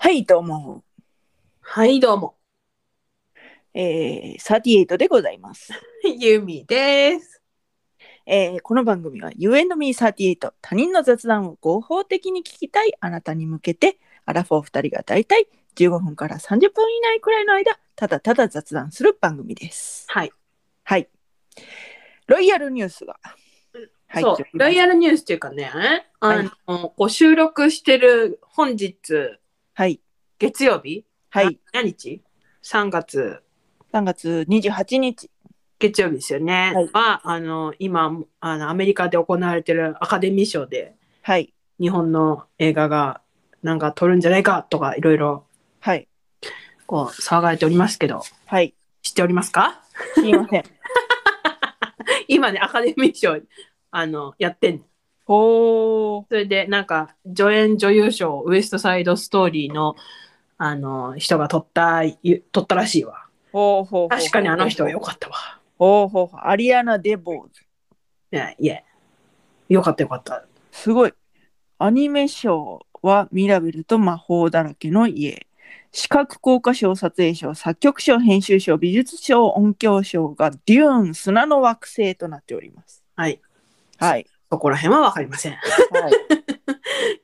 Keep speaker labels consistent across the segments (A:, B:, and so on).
A: はい、どうも。
B: はい、どうも。
A: えー、38でございます。
B: ゆみです。
A: えー、この番組は You and me38 他人の雑談を合法的に聞きたいあなたに向けて、アラフォー2人がだいたい15分から30分以内くらいの間、ただただ雑談する番組です。
B: はい。
A: はい。ロイヤルニュースが入
B: そ
A: ってお
B: う、
A: りま
B: ロ
A: す。
B: イヤルニュースというかね、
A: はい
B: あの、こう収録してる本日、
A: はい。
B: 月曜日
A: はい。
B: な何日 ?3 月、
A: 3月28日。
B: 月曜日ですよね。
A: は
B: はいあの、今あの、アメリカで行われてるアカデミー賞で、
A: はい。
B: 日本の映画が、なんか撮るんじゃないかとか、いろいろ、
A: はい。
B: こう、騒がれておりますけど、
A: はい。
B: 知っておりますか
A: すいま せん。
B: 今ね、アカデミー賞、あの、やってんの
A: ほー。
B: それでなんか助演女優賞をウエストサイドストーリーのあの人が取ったゆ取ったらしいわ
A: ほうほうほう
B: 確かにあの人は良かったわ
A: ほうほうほう。アリアナ・デボーズ。
B: ねいえ良かった良かった
A: すごい。アニメ賞はミラベルと魔法だらけの家。視覚効果賞、撮影賞、作曲賞、編集賞、美術賞、音響賞がデューン、砂の惑星となっております。
B: はい
A: はい。
B: そこら辺は分かりません
A: はい。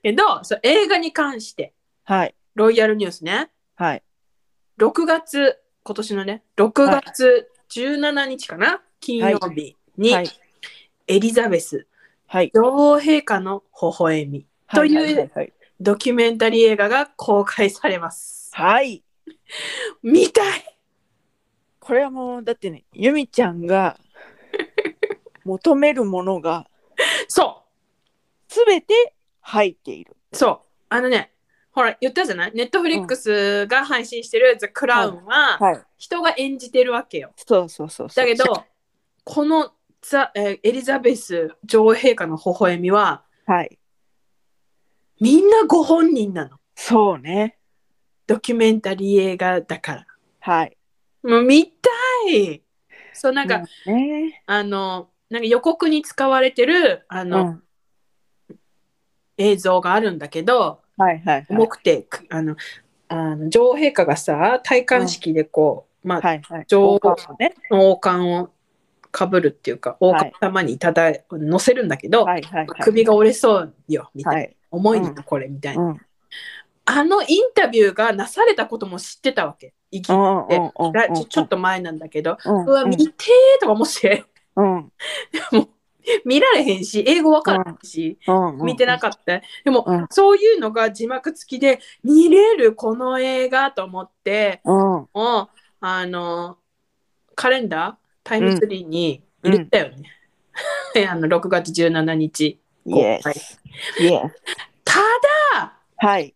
B: けどそう映画に関して
A: はい。
B: ロイヤルニュースね
A: はい。
B: 6月今年のね6月17日かな、金曜日に、
A: はい
B: エリザベス
A: はい。
B: 女王陛下の微笑みとい
A: は
B: う
A: いはいはい。
B: ドキュメンタリー映画が公開されます
A: はい。
B: 見たい
A: これはもう、だってね、ユミちゃん が求めるものが
B: そう
A: 全て入っている。
B: そう。あのね、ほら、言ったじゃないネットフリックスが配信してる The Crown は、
A: はい。
B: 人が演じてるわけよ。
A: そうそうそうそう。
B: だけど、このザ、えーエリザベス女王陛下の微笑みは、
A: はい。
B: みんなご本人なの。
A: そうね。
B: ドキュメンタリー映画だから。
A: はい。
B: もう見たいそう、なんか、
A: もうね。
B: あの、なんか予告に使われてるあ
A: う
B: の、
A: ん。
B: 映像があるんだけど、
A: はいはいはい。
B: 重くて、くあの、あの女王陛下がさ、戴冠式でこう、まあ、
A: はいはい。
B: 情報
A: 交換をね。
B: 王冠をかぶるっていうか王冠様にいただい乗せるんだけど、
A: はいはいはい。
B: 首が折れそうよみたいな、
A: はい。
B: 重い
A: う
B: の
A: ん
B: これみたいな、
A: うん。うん
B: あのインタビューがなされたことも知ってたわけいき
A: うん
B: で
A: うん
B: らちょちょっ
A: と。
B: と前なんだけど、
A: うん
B: うわ見てーとか思って
A: うん
B: 見られへんし英語わからんし、
A: うん。
B: 見てな
A: く
B: かったでも、
A: うん
B: そういうのが字幕付きで見れるこの映画と思って
A: うん。
B: もうあのカレンダータイムツリーに入れたよね、 あの6月17日
A: イエス。イエス。
B: ただ
A: はい。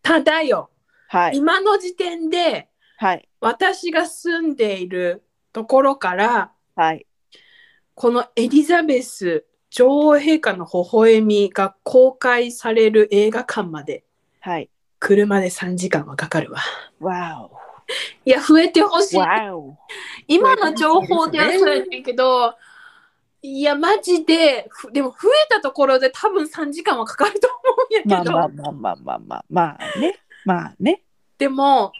B: ただよ、
A: はい。
B: 今の時点で
A: はい。
B: 私が住んでいるところから
A: はい。
B: このエリザベス女王陛下の微笑みが公開される映画館まで
A: はい。
B: 車で3時間はかかるわ
A: わ
B: いや増えてほし
A: お。
B: い
A: わお。
B: 今の情報ではねそうやねんけどいやマジでふでも増えたところで多分3時間はかかると思うん
A: ま
B: や
A: あ
B: けど、
A: まあまあまあまあまあ。まあね。まあね。
B: でも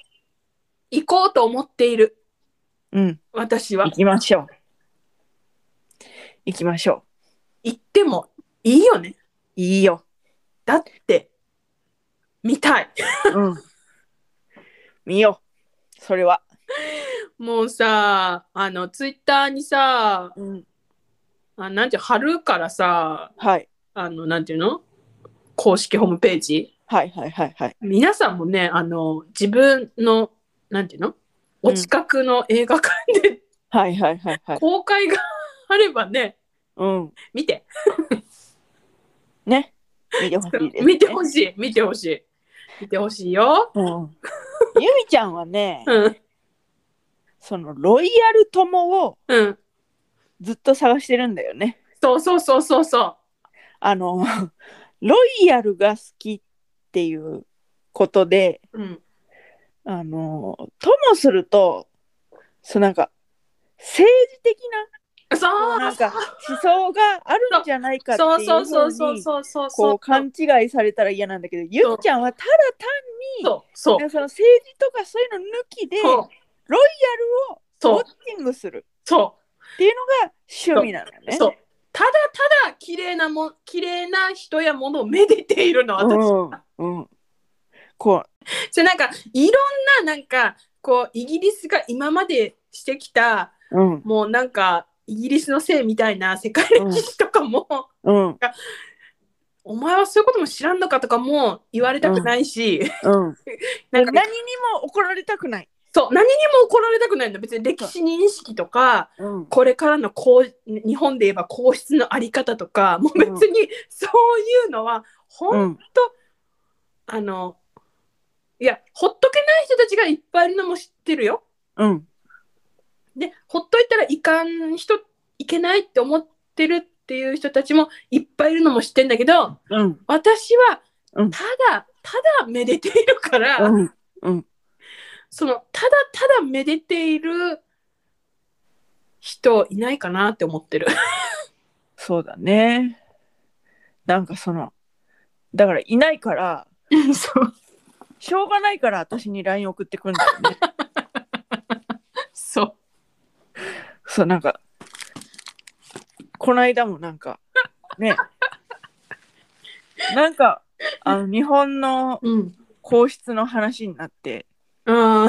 B: 行こうと思っている
A: うん。
B: 私は
A: 行きましょう。行きましょ
B: 行ってもいいよね
A: う。いいよ。
B: だって見たい
A: うん。見よう。それは。
B: もうさあのツイッターにさ
A: うん。
B: あなんていう春からさ
A: はい。
B: あのなんていうの公式ホームページ
A: はいはいはいはい。
B: 皆さんもねあの自分のなんていうのお近くの映画館で、
A: はいはいはいはい。
B: 公開があればね
A: うん。
B: 見て
A: ね。見てほしいです、ね。
B: 見てほしい見てほしい見てほしいよ、
A: うん。ゆみちゃんはね、
B: うん
A: そのロイヤル友を
B: うん、
A: ずっと探してるんだよね。
B: そうそうそうそうそう
A: あの、ロイヤルが好きっていうことで、
B: うん、
A: あの、ともすると、そうなんか、政治的
B: そ
A: な、
B: う
A: なんか思想があるんじゃないかって
B: そう
A: い
B: そううそう
A: ふ
B: そうう
A: に、
B: そうそうそ
A: こ
B: う
A: う勘違いされたら嫌なんだけど、ゆみちゃんはただ単に
B: そうそう
A: その政治とかそういうの抜きで
B: そう
A: ロイヤルをウ
B: そ
A: ォッ
B: う
A: チングする
B: そ
A: っていうのが趣味なのよ
B: う
A: ね。
B: そうただただ綺麗なもん綺麗な人やものをめでているの私、
A: うんうん、こう
B: それなんかいろんななんかこうイギリスが今までしてきた
A: うん
B: もうなんかイギリスのせいみたいな世界歴史とかも、
A: うん
B: お前はそういうことも知らんのかとかも言われたくないし、
A: うん、
B: な
A: 何
B: んか
A: にも怒られたくない。
B: そう何にも怒られたくないんだ別に歴史認識とか
A: うん
B: これからのこう日本で言えば皇室のあり方とかもう別に そういうのはほん、
A: うん
B: あのいやほっとけない人たちがいっぱいいるのも知ってるよ。
A: うん
B: でほっといたらいかん人いけないって思ってるっていう人たちもいっぱいいるのも知ってんだけど
A: うん
B: 私はただ、
A: うん
B: ただめでているから、
A: うん
B: そのただただめでている人いないかなって思ってる。
A: そうだね。なんかそのだからいないから
B: そう
A: しょうがないから私に LINE 送ってくるんだよ ね。
B: そう
A: そうなんかこの間もなんかねなんかあの日本の
B: うん
A: 皇室の話になって
B: あー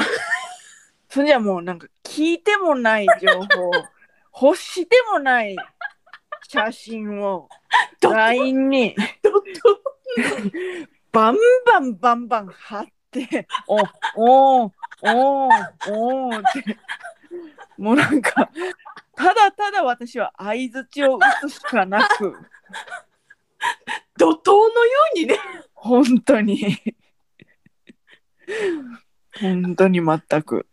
A: それじゃもうなんか聞いてもない情 報欲してもない写真を
B: ど
A: LINE に
B: どど
A: バンバンバンバン貼っておおーおーおーってもうなんかただただ私は相づちを打つしかなく
B: 怒涛のようにね
A: 本当に本当に全く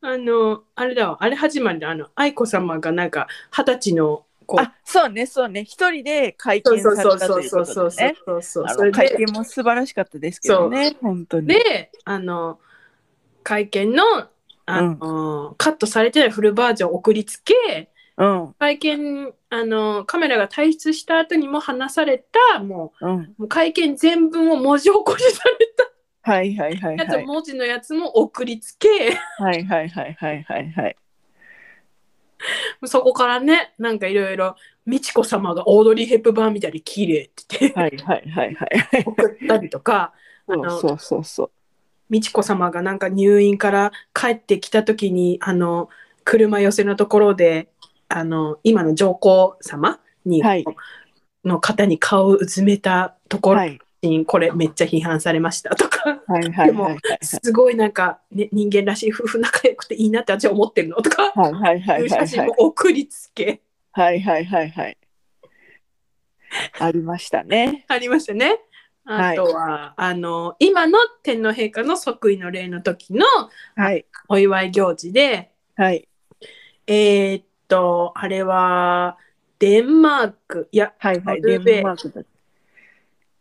B: あのあれだわあれ始まりだあの愛子さまがなんか二十歳のこう
A: あそうねそうね一人で会
B: そう
A: 見
B: そう
A: さ
B: そう
A: れたと
B: そう
A: いう
B: そ
A: こ
B: う
A: と
B: そう
A: でね
B: そうそう
A: あ
B: そ
A: の
B: れ
A: 会
B: で
A: 見も素晴らしかったですけどね、本当に。
B: であの会見のあの、カットされてないフルバージョンを送りつけ
A: うん、
B: 会見あのカメラが退出した後にも話されたも
A: うん。
B: うもう会見全文を文字起こしされ
A: はいはいはい
B: たやつ、
A: はい。
B: 文字のやつも送りつけ
A: はいはいはいはいはいはい。
B: そこからねなんかいろいろ美智子様がオードリー・ヘップバーンみたいに綺麗って言って
A: はいはいはいはい。
B: 送ったりとか。あ
A: そ
B: の
A: うそうそうそう。
B: 美智子様がなんか入院から帰ってきた時にあの車寄せのところであの今の上皇様に、
A: はい
B: の方に顔をうずめたところ
A: は
B: に、
A: い
B: これめっちゃ批判されましたとか
A: はいはい
B: でも
A: はいはい。
B: すごいなんか、ね、人間らしい夫婦仲良くていいなって私は思ってるのとか、
A: はいはいはいいうは
B: 写
A: い
B: 真
A: はい
B: も。送りつけ
A: はいはいはいはい。ありましたね。
B: ありましたね。あとは、あの今の天皇陛下の即位の礼の時の
A: はい
B: お祝い行事で
A: はい
B: えーっと、あれは、デンマーク、いや、
A: はいはい。
B: ノ
A: デ
B: ルウェー
A: ンマークだ。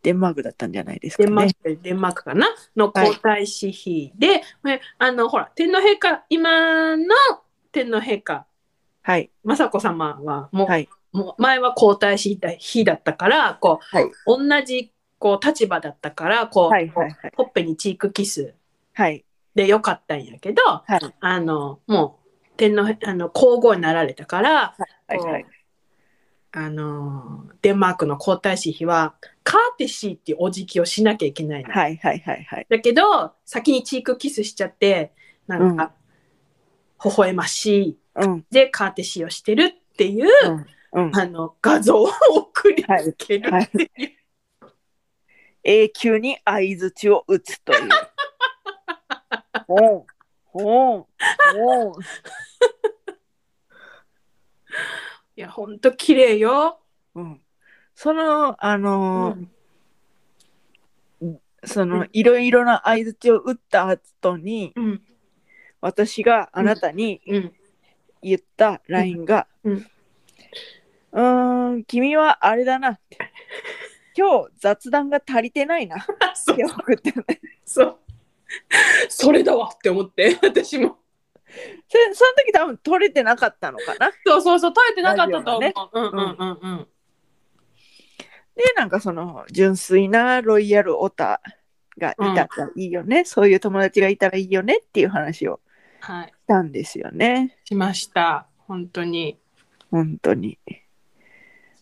A: デンマークだったんじゃないですか
B: デンマー
A: ね。
B: ク、デンマークかなの皇太子妃で、ねあの、ほら、天皇陛下、今の天皇陛下、
A: はい
B: 雅子様は、もう、
A: はい
B: もう前は皇太子妃だったから、こう、
A: はい
B: 同じ、こう、立場だったから、こう、
A: はいはいはい
B: ほっぺにチークキス
A: はい
B: でよかったんやけど、
A: はい
B: あの、もう、天皇、あの、皇后になられたか
A: は
B: ら、
A: いはい。
B: あのーデンマークの皇太子妃はカーテシーっていうお辞儀をしなきゃいけないの。
A: はいはいはいはい。
B: だけど先にチークキスしちゃってなんか、微笑ましい
A: うん
B: でカーテシーをしてるっていう、
A: うんうん。
B: あの画像を送りつけるっていう、
A: 永久に相づちを打つと いう。ほうほうほう
B: いやほんと綺麗よ。
A: うん、そのあのー、
B: うん
A: そうの
B: ん
A: いろいろな相づちを打った後に
B: うん
A: 私があなたに
B: うん
A: 言ったラインが「
B: うん
A: うーん君はあれだな」って「今日雑談が足りてないな」
B: あそ
A: っ
B: う
A: て送ってね
B: そうそれだわって思って私も
A: そその時多分取れてなかったのかな。
B: そうそうそう耐えてなかったと思う、
A: ラジ
B: うんうんうんうん
A: でなんかその純粋なロイヤルオタがいたらいいよね、そういう友達がいたらいいよねっていう話を
B: はい、
A: したんですよね
B: しました。本当に。
A: 本当に、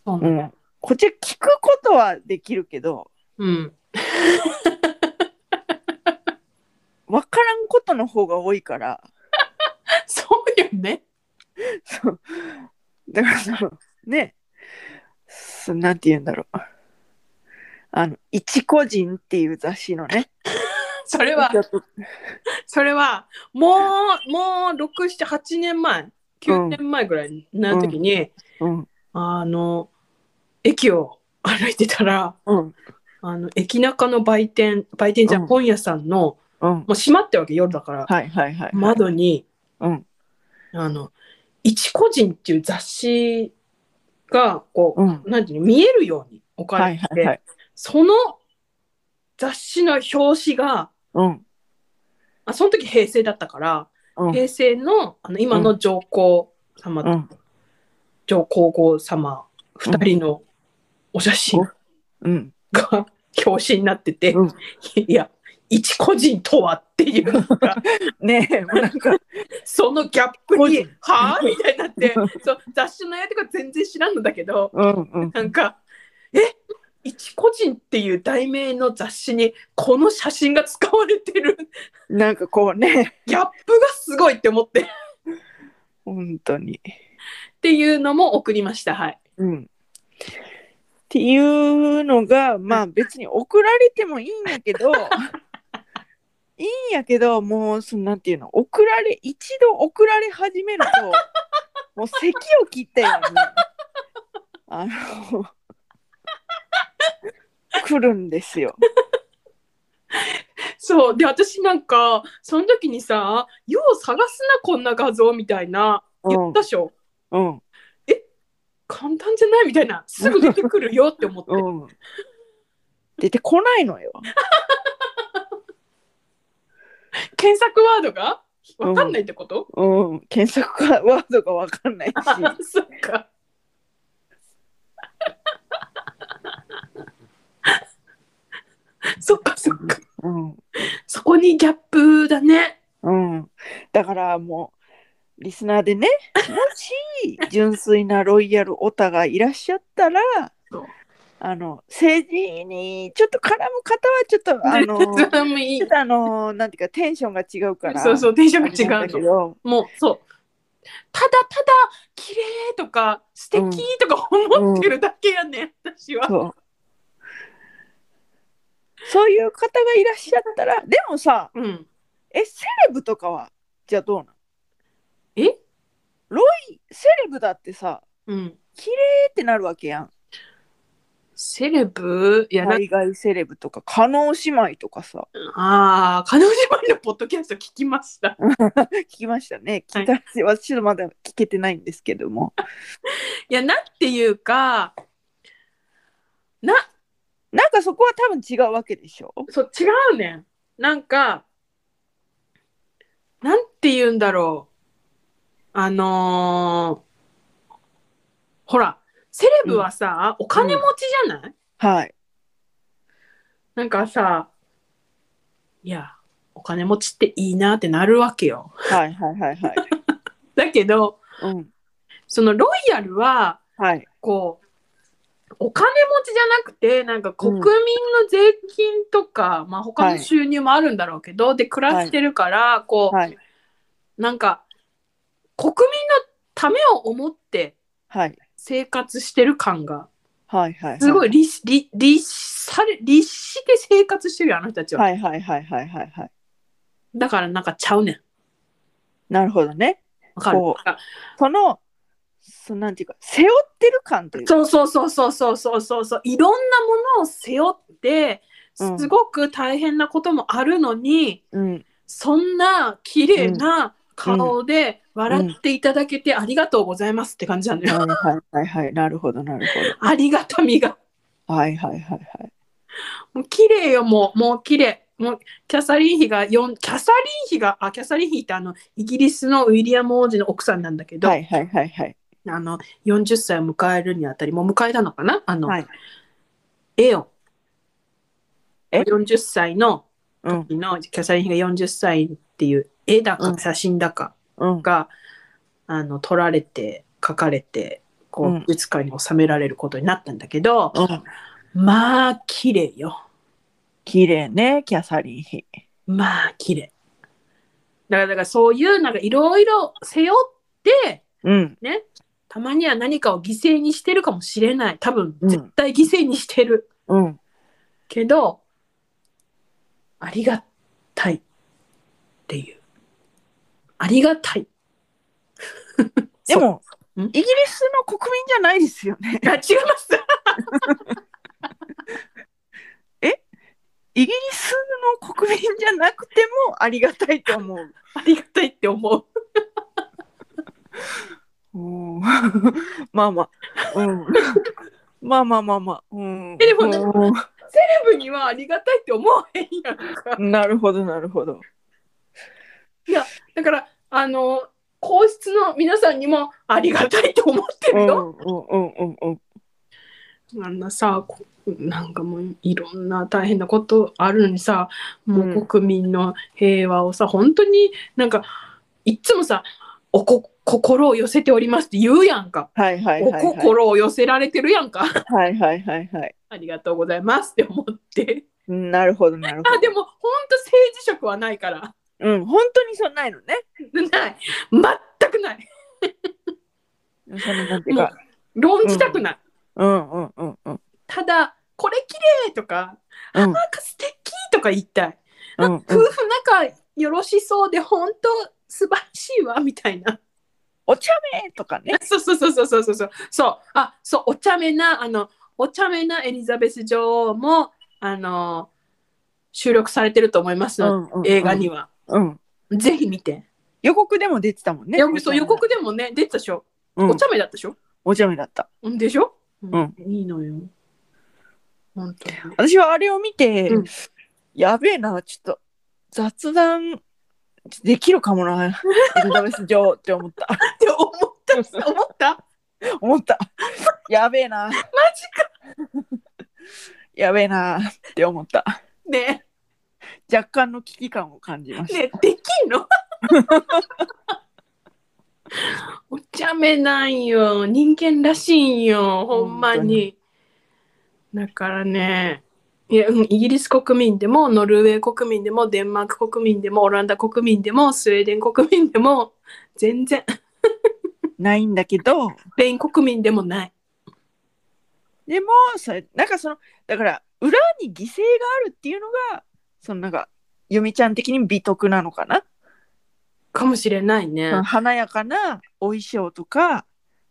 B: そう
A: う
B: なん
A: ん、こっちは聞くことはできるけど
B: うん。
A: 分からんことの方が多いから
B: そうよね。
A: そうだからそのねそなんて言うんだろうあの「一個人」っていう雑誌のね
B: それは
A: ちょ、っと
B: それは、もう、もう、六七八年前、九年前ぐらいの時に、
A: うん
B: あの、駅を歩いてたら、
A: うん
B: あの、駅中の売店、売店じゃん
A: うん
B: 本屋さんの、
A: うん
B: もう閉まってわけ、夜だから、
A: はいはいはい
B: 窓に、
A: うん
B: あの、一個人っていう雑誌が、こう、
A: うん
B: なんていうの、見えるように置か
A: は
B: れ
A: い
B: てて、
A: はいはい
B: その雑誌の表紙が、
A: うん
B: あその時平成だったから、
A: うん
B: 平成のあの今の上皇様と、
A: うん
B: 上皇后様2人のお写真
A: うん
B: が 表紙になってて、
A: うん
B: いや一個人とはっていうのが
A: ねえもうなんか
B: そのギャッ プ
A: 個
B: に
A: 人
B: 「はあ?」みたいにな ってそう雑誌の内容とか全然知らんのだけど
A: うんうん
B: なんか「え一個人」っていう題名の雑誌にこの写真が使われてる
A: なんかこうね
B: ギャップがすごいって思ってっ
A: 本当に
B: ていうのも送りましたはい。
A: うんっていうのがまあ別に送られてもいいんやけどいいんやけどもうそのなんていうの送られ一度送られ始めるともう咳を切ったようにあの来るんですよ。
B: そうで私なんかその時にさ「よう探すなこんな画像」みたいな言ったでしょ、
A: うん
B: 簡単じゃないみたいなすぐ出てくるよって思って、
A: うん、出てこないのよ。
B: 検索ワードがわかんないってこと、
A: うん、検索ワードがわかんないし。
B: あそっかそっかそっか
A: うん
B: そこにギャップだね
A: うん、だからもうリスナーで ねもし純粋なロイヤルオタがいらっしゃったら
B: そう
A: あの政治にちょっと絡む方はちょっとあの ち
B: でもいい
A: ょっとあのなんていうかテンションが違うから
B: そうそうテンションが
A: あ
B: 違
A: れなんだけ
B: うの
A: ど
B: もうそうただただ綺麗とか素敵とか思ってるだけやね、私は
A: そうそういう方がいらっしゃったらでもさ
B: うん
A: えセレブとかはじゃあどうなん
B: え
A: ロイセレブだってさ
B: うん
A: えってなるわけやん
B: セレブいやなんか
A: 海外セレブとか加納姉妹とかさ
B: ああ金内姉妹のポッドキャスト聞きました
A: 聞きましたね聞
B: はい
A: いた、私はまだ聞けてないんですけども
B: いやなんていうか
A: なんかそこは多分違うわけでしょ
B: そう違うねんなんかなんて言うんだろうあのーほらセレブはさ、お金持ちじゃない、
A: はい
B: なんかさいやお金持ちっていいなってなるわけよ
A: はいはいはいはい
B: だけど
A: うん
B: そのロイヤルは
A: はい
B: こうお金持ちじゃなくてなんか国民の税金とか、まあ、他の収入もあるんだろうけど、で暮らしてるから、こう、
A: はい
B: なんか国民のためを思って
A: はい
B: 生活してる感が
A: はいはい
B: すご
A: い
B: い律律律され律して生活してるよあの人たちは、
A: はいはいはいはいはいはい
B: だからなんかちゃうねん
A: なるほどね
B: わかる
A: こそのそのなんていうか背負ってる感というか
B: そうそうそうそうそうそうそうそういろんなものを背負って
A: うん
B: すごく大変なこともあるのに、
A: うん
B: そんな綺麗な顔で笑っていただけてありがとうございますって感じなの
A: は
B: よ。
A: いはいはいはいなるほどなるほ
B: ありがたみが。
A: どはいはいはいはい
B: もう綺麗よ、もう、もう綺麗。もう、キャサリン妃がよんキャサリン妃が、あ、キャサリン妃ってあの、イギリスのウィリアム王子の奥さんなんだけど、
A: はいはいはいはい
B: あの、40歳を迎えるにあたり、もう迎えたのかなあの、
A: はい
B: 絵を。
A: え
B: 40歳の
A: うん
B: 時のキャサリン妃が40歳っていう絵だ
A: う
B: か
A: ん
B: 写真だか
A: うん
B: が、あの撮られて書かれてこ
A: う
B: うん美術館に収められることになったんだけど、
A: うん
B: まあ綺麗よ
A: 綺麗ねキャサリン妃
B: まあ綺麗だからだからそういうなんかいろいろ背負って
A: うん
B: たまには何かを犠牲にしてるかもしれない多分
A: うん
B: 絶対犠牲にしてる、
A: うん
B: けどありがたいっていうありがたい
A: でも
B: うん
A: イギリスの国民じゃないですよね
B: あ違います
A: イギリスの国民じゃなくてもありがたいと思う
B: ありがたいって思う
A: うんまあまあ、うん、 まあまあまあまあ、うん、
B: えでもね
A: うん
B: セレブにはありがたいって思わへんやんか
A: なるほどなるほど
B: だからあの皇室の皆さんにもありがたいって思って
A: うん
B: る
A: う
B: よ、
A: んうんうんうん
B: あんなさこなんかもういろんな大変なことあるのにさも
A: う
B: うん国民の平和をさ、本当になんかいっつもさおこ心を寄せておりますって言うやんか、
A: はいはいはい
B: お
A: はい
B: 心を寄せられてるやんか
A: はいはいはいはい
B: ありがとうございますって思って
A: うんなるほどなるほど
B: あでも本当政治色はないから
A: うん本当にそんないのね
B: ない全くない
A: そのなんていうか
B: 論じたくない、
A: うんうんうんうん
B: ただこれ綺麗とか
A: うん
B: なんか素敵とか言いたい
A: う
B: 夫
A: ん
B: 婦仲よろしそうで本当素晴らしいわみたいな
A: お茶目とかね
B: そうそうそうそうそうそうそうそうあそうお茶目なあのお茶目なエリザベス女王もあの収録されてると思いますので、映画には、
A: うん
B: ぜひ見て、
A: 予告でも出てたもんね
B: よそう予告でもね出てたでしょ、
A: うん
B: お茶目だったでしょ
A: お茶目だった
B: うんでしょ、
A: ん
B: いいのよ本当に
A: 私はあれを見て、
B: うん
A: やべえなちょっと雑談できるかもなエリザベス女王って思った
B: って思った 思ったマ
A: 思ったやべえな
B: ジ
A: やべえなって思った
B: かね
A: 若干の危機感を感じました、
B: ねでき んのお茶目なんよ人間らしいんよほんまにだからねいやうんイギリス国民でもノルウェー国民でもデンマーク国民でもオランダ国民でもスウェーデン国民でも全然
A: ないんだけど
B: スペイン国民でもない
A: でもそれなんかそのだから裏に犠牲があるっていうのがそのなんか由美ちゃん的に美徳なのかな、
B: かもしれないね、
A: その華やかなお衣装とか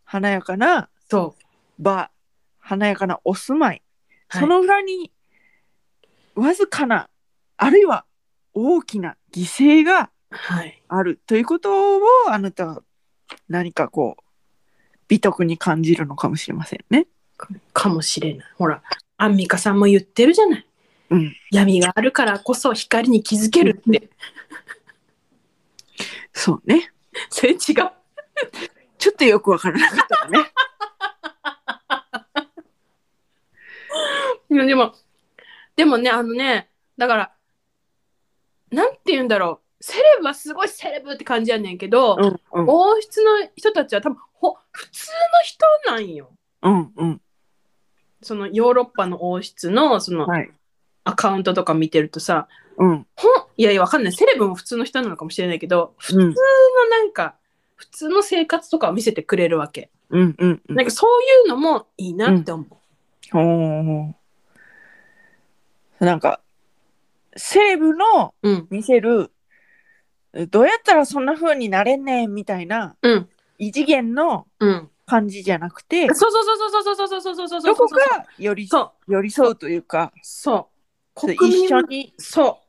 A: 華やかな
B: そう
A: 場華やかなお住まい
B: はい
A: その裏にわずかな、あるいは大きな犠牲が
B: はい
A: あるということをあなたは何かこう美徳に感じるのかもしれませんね。
B: かもしれないほらアンミカさんも言ってるじゃない
A: うん、
B: 闇があるからこそ光に気づけるって
A: そうね。
B: それ違う
A: ちょっとよくわからなかった ね。
B: いやでも、でもね、あのね、だから、なんて言うんだろう、セレブはすごいセレブって感じやねんけど、
A: うんうん
B: 王室の人たちは多分ほ、普通の人なんよ。
A: うんうん。
B: そのヨーロッパの王室のその
A: はい。
B: アカウントとか見てるとさ、
A: うん
B: ほんいやいや、わかんない。セレブも普通の人なのかもしれないけど、普通
A: う
B: の
A: ん
B: なんか、普通の生活とかを見せてくれるわけ。
A: うんうんうん。
B: なんかそういうのもいいなって思う。
A: ほうなんか西部の
B: うん。
A: 見せるどうやったらそんな風になれんねんみたいな
B: うん。
A: 異次元の
B: うん。
A: 感じじゃなくて
B: そうそうそうそうそうそうそうそうそうそ
A: ど
B: う。
A: こがより
B: そう。
A: 寄り添うというか
B: そう。国民
A: 一緒
B: の
A: に
B: そ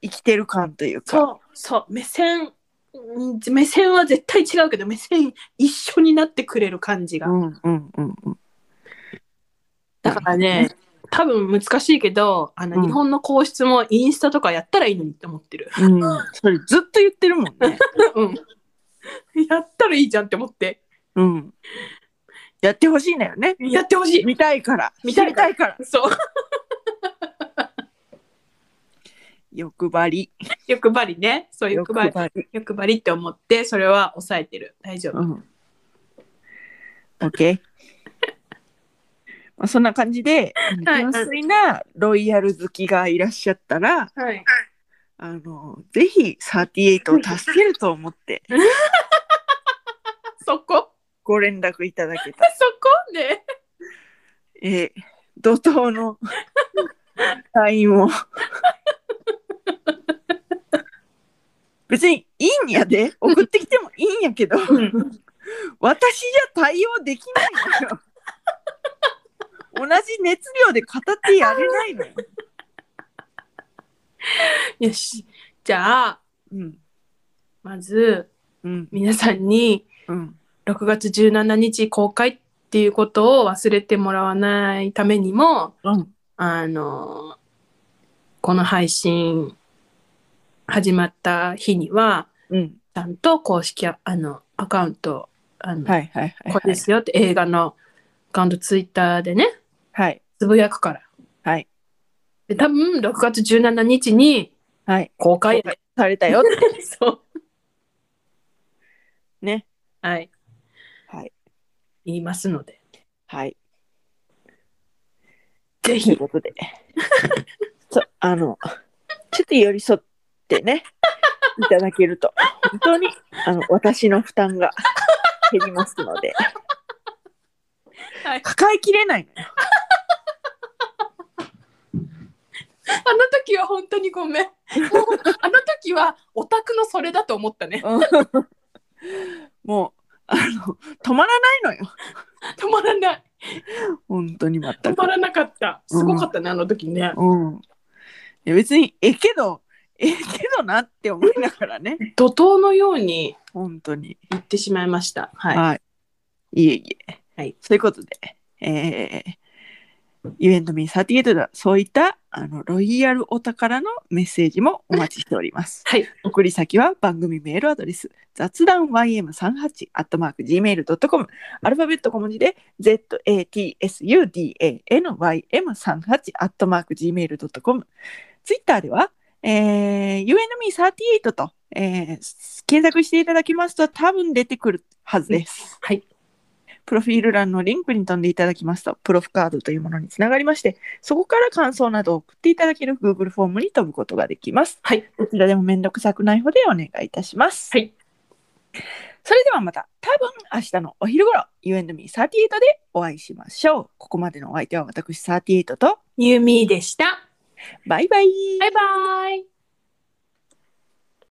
B: う、
A: 生きてる感というか
B: そう、そう、目線、うん目線は絶対違うけど、目線一緒になってくれる感じが。
A: うんうんうんうん
B: だからね、多分難しいけど、あの、
A: うん
B: 日本の皇室もインスタとかやったらいいのにって思ってる。
A: うん、それずっと言ってるもんね。
B: うん。やったらいいじゃんって思って。
A: うん、やってほしいんだよね。
B: やってほしい。
A: 見たいから。
B: 見たい
A: 知りたいから。
B: そう。
A: 欲張り。
B: 欲張りね。そう、欲張り。
A: り。
B: 欲張りって思って、それは抑えてる。大丈夫。
A: うん。OK。まあ、そんな感じで、
B: はい
A: 純粋なロイヤル好きがいらっしゃったら、
B: はい。
A: あの、ぜひ38を助けると思って
B: そこ
A: ご連絡いただけたら
B: そこね。
A: えー、怒涛 の LINE を。別にいいんやで送ってきてもいいんやけど
B: うん
A: 私じゃ対応できないのよ。同じ熱量で語ってやれないのよ。
B: よし。じゃあ、
A: うん
B: まず、
A: うん
B: 皆さんに、
A: うん
B: 6月17日公開っていうことを忘れてもらわないためにも、
A: うん
B: あの、この配信始まった日には、
A: うん
B: ちゃんと公式アあのアカウント、あの、
A: はいはいはい
B: これ
A: は
B: で
A: い
B: すよって映画のアカウントツイッターでね、
A: はい
B: つぶやくから。
A: はい
B: で、多分6月17日に
A: はい
B: 公開
A: 公されたよって
B: そう。
A: ね
B: はい。
A: はい
B: 言いますので、
A: はい
B: ぜ
A: という
B: ひ。
A: ことで そうあのちょっと寄り添ってねいただけると本当にあの私の負担が減りますので
B: はい
A: 抱えきれないのよ
B: あの時は本当にごめん。もうあの時はオタクのそれだと思ったね。
A: もうあの止まらないのよ
B: 止まらない。
A: 本当に全く
B: 止まらなかった。すごかったね、あの時ね。
A: うんいや別にええけどええけどなって思いながら ね
B: 怒涛のように
A: 本当に
B: 言ってしまいました。はい。
A: はいいえいえ
B: はい
A: そういうことでえーイベントミー38ではそういったあのロイヤルお宝のメッセージもお待ちしております。
B: はい。
A: 送り先は番組メールアドレス雑談 ym38 アットマーク gmail.com アルファベット小文字で zatsudanym38 アットマーク gmail.com ツイッターでは、えー、unme38 と、えー検索していただきますと多分出てくるはずです。
B: はい。
A: プロフィール欄のリンクに飛んでいただきますと、プロフカードというものにつながりまして、そこから感想などを送っていただける Google フォームに飛ぶことができます。
B: はい。
A: どちらでも面倒くさくない方でお願いいたします。
B: はい。
A: それではまた、多分明日のお昼頃、You and Me38 でお会いしましょう。ここまでのお相手は私38と、
B: ユーミーでした。
A: バイバイ。
B: バイバイ。